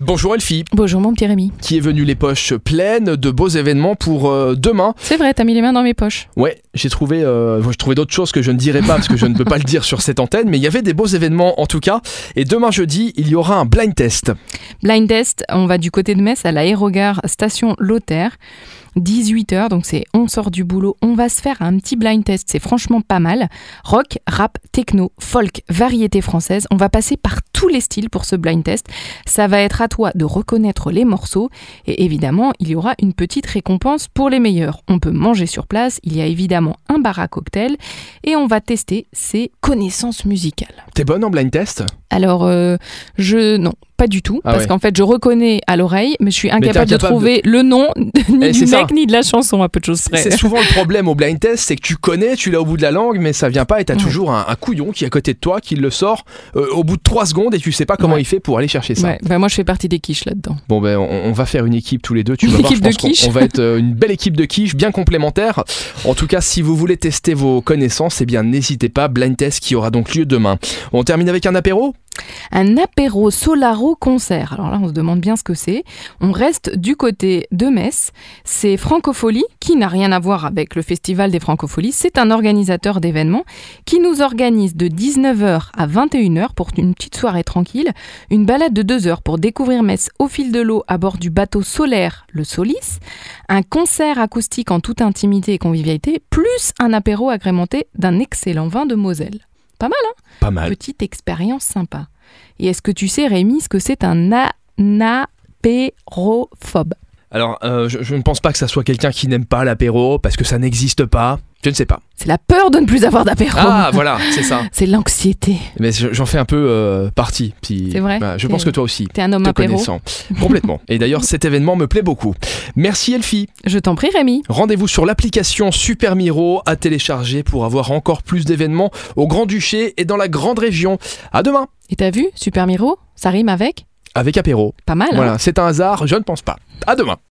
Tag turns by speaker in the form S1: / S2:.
S1: Bonjour Elfie,
S2: Bonjour mon petit Rémi.
S1: qui est venue les poches pleines de beaux événements pour euh, demain.
S2: C'est vrai, t'as mis les mains dans mes poches.
S1: Ouais, j'ai trouvé, euh, j'ai trouvé d'autres choses que je ne dirai pas parce que je ne peux pas le dire sur cette antenne, mais il y avait des beaux événements en tout cas. Et demain jeudi, il y aura un blind test.
S2: Blind test, on va du côté de Metz à l'aérogare station Lothaire. 18h, donc c'est on sort du boulot, on va se faire un petit blind test, c'est franchement pas mal. Rock, rap, techno, folk, variété française, on va passer par tous les styles pour ce blind test. Ça va être à toi de reconnaître les morceaux et évidemment il y aura une petite récompense pour les meilleurs. On peut manger sur place, il y a évidemment un bar à cocktail et on va tester ses connaissances musicales.
S1: T'es bonne en blind test
S2: Alors, euh, je. Non, pas du tout.
S1: Ah
S2: parce
S1: ouais.
S2: qu'en fait, je reconnais à l'oreille, mais je suis incapable de
S1: incapable de-
S2: trouver le nom ni
S1: Eh,
S2: du
S1: c'est
S2: mec,
S1: ça.
S2: ni de la chanson, à peu de choses près.
S1: C'est souvent le problème au blind test, c'est que tu connais, tu l'as au bout de la langue, mais ça vient pas et t'as
S2: Ouais.
S1: toujours un, un couillon qui est à côté de toi, qui le sort euh, au bout de 3 secondes et tu sais pas comment
S2: Ouais.
S1: il fait pour aller chercher ça.
S2: Ouais, bah moi, je fais partie des quiches là-dedans.
S1: Bon ben on, on va faire une équipe tous les deux, tu
S2: Une
S1: vas voir, je
S2: équipe de
S1: pense qu'on-
S2: quiche.
S1: on va être euh, une belle équipe de quiche bien complémentaire. En tout cas, si vous voulez tester vos connaissances, eh bien n'hésitez pas, blind test qui aura donc lieu demain. On termine avec un apéro
S2: Un apéro Solaro concert. Alors là, on se demande bien ce que c'est. On reste du côté de Metz. C'est Francofolie, qui n'a rien à voir avec le Festival des Francopholies. C'est un organisateur d'événements qui nous organise de 19h à 21h pour une petite soirée tranquille, une balade de 2 heures pour découvrir Metz au fil de l'eau à bord du bateau solaire, le Solis, un concert acoustique en toute intimité et convivialité, plus un apéro agrémenté d'un excellent vin de Moselle.
S1: Pas mal.
S2: Petite expérience sympa. Et est-ce que tu sais, Rémi, ce que c'est un anapérophobe
S1: Alors euh, je, je ne pense pas que ça soit quelqu'un qui n'aime pas l'apéro parce que ça n'existe pas. Je ne sais pas.
S2: C'est la peur de ne plus avoir d'apéro.
S1: Ah voilà, c'est ça.
S2: C'est l'anxiété.
S1: Mais Eh ben, je- j'en fais un peu euh, partie. puis-
S2: C'est vrai
S1: bah, je
S2: T'es-
S1: pense que toi aussi.
S2: T'es un homme
S1: Te
S2: apéro.
S1: connaissant. Complètement. Et d'ailleurs, cet événement me plaît beaucoup. Merci Elfie.
S2: Je t'en prie, Rémi.
S1: Rendez-vous sur l'application Super Miro à télécharger pour avoir encore plus d'événements au Grand-Duché et dans la grande région. À demain
S2: Et t'as vu, Super Miro, ça rime avec
S1: avec apéro.
S2: pas mal. hein
S1: Voilà, c'est un hasard, je ne pense pas. À demain.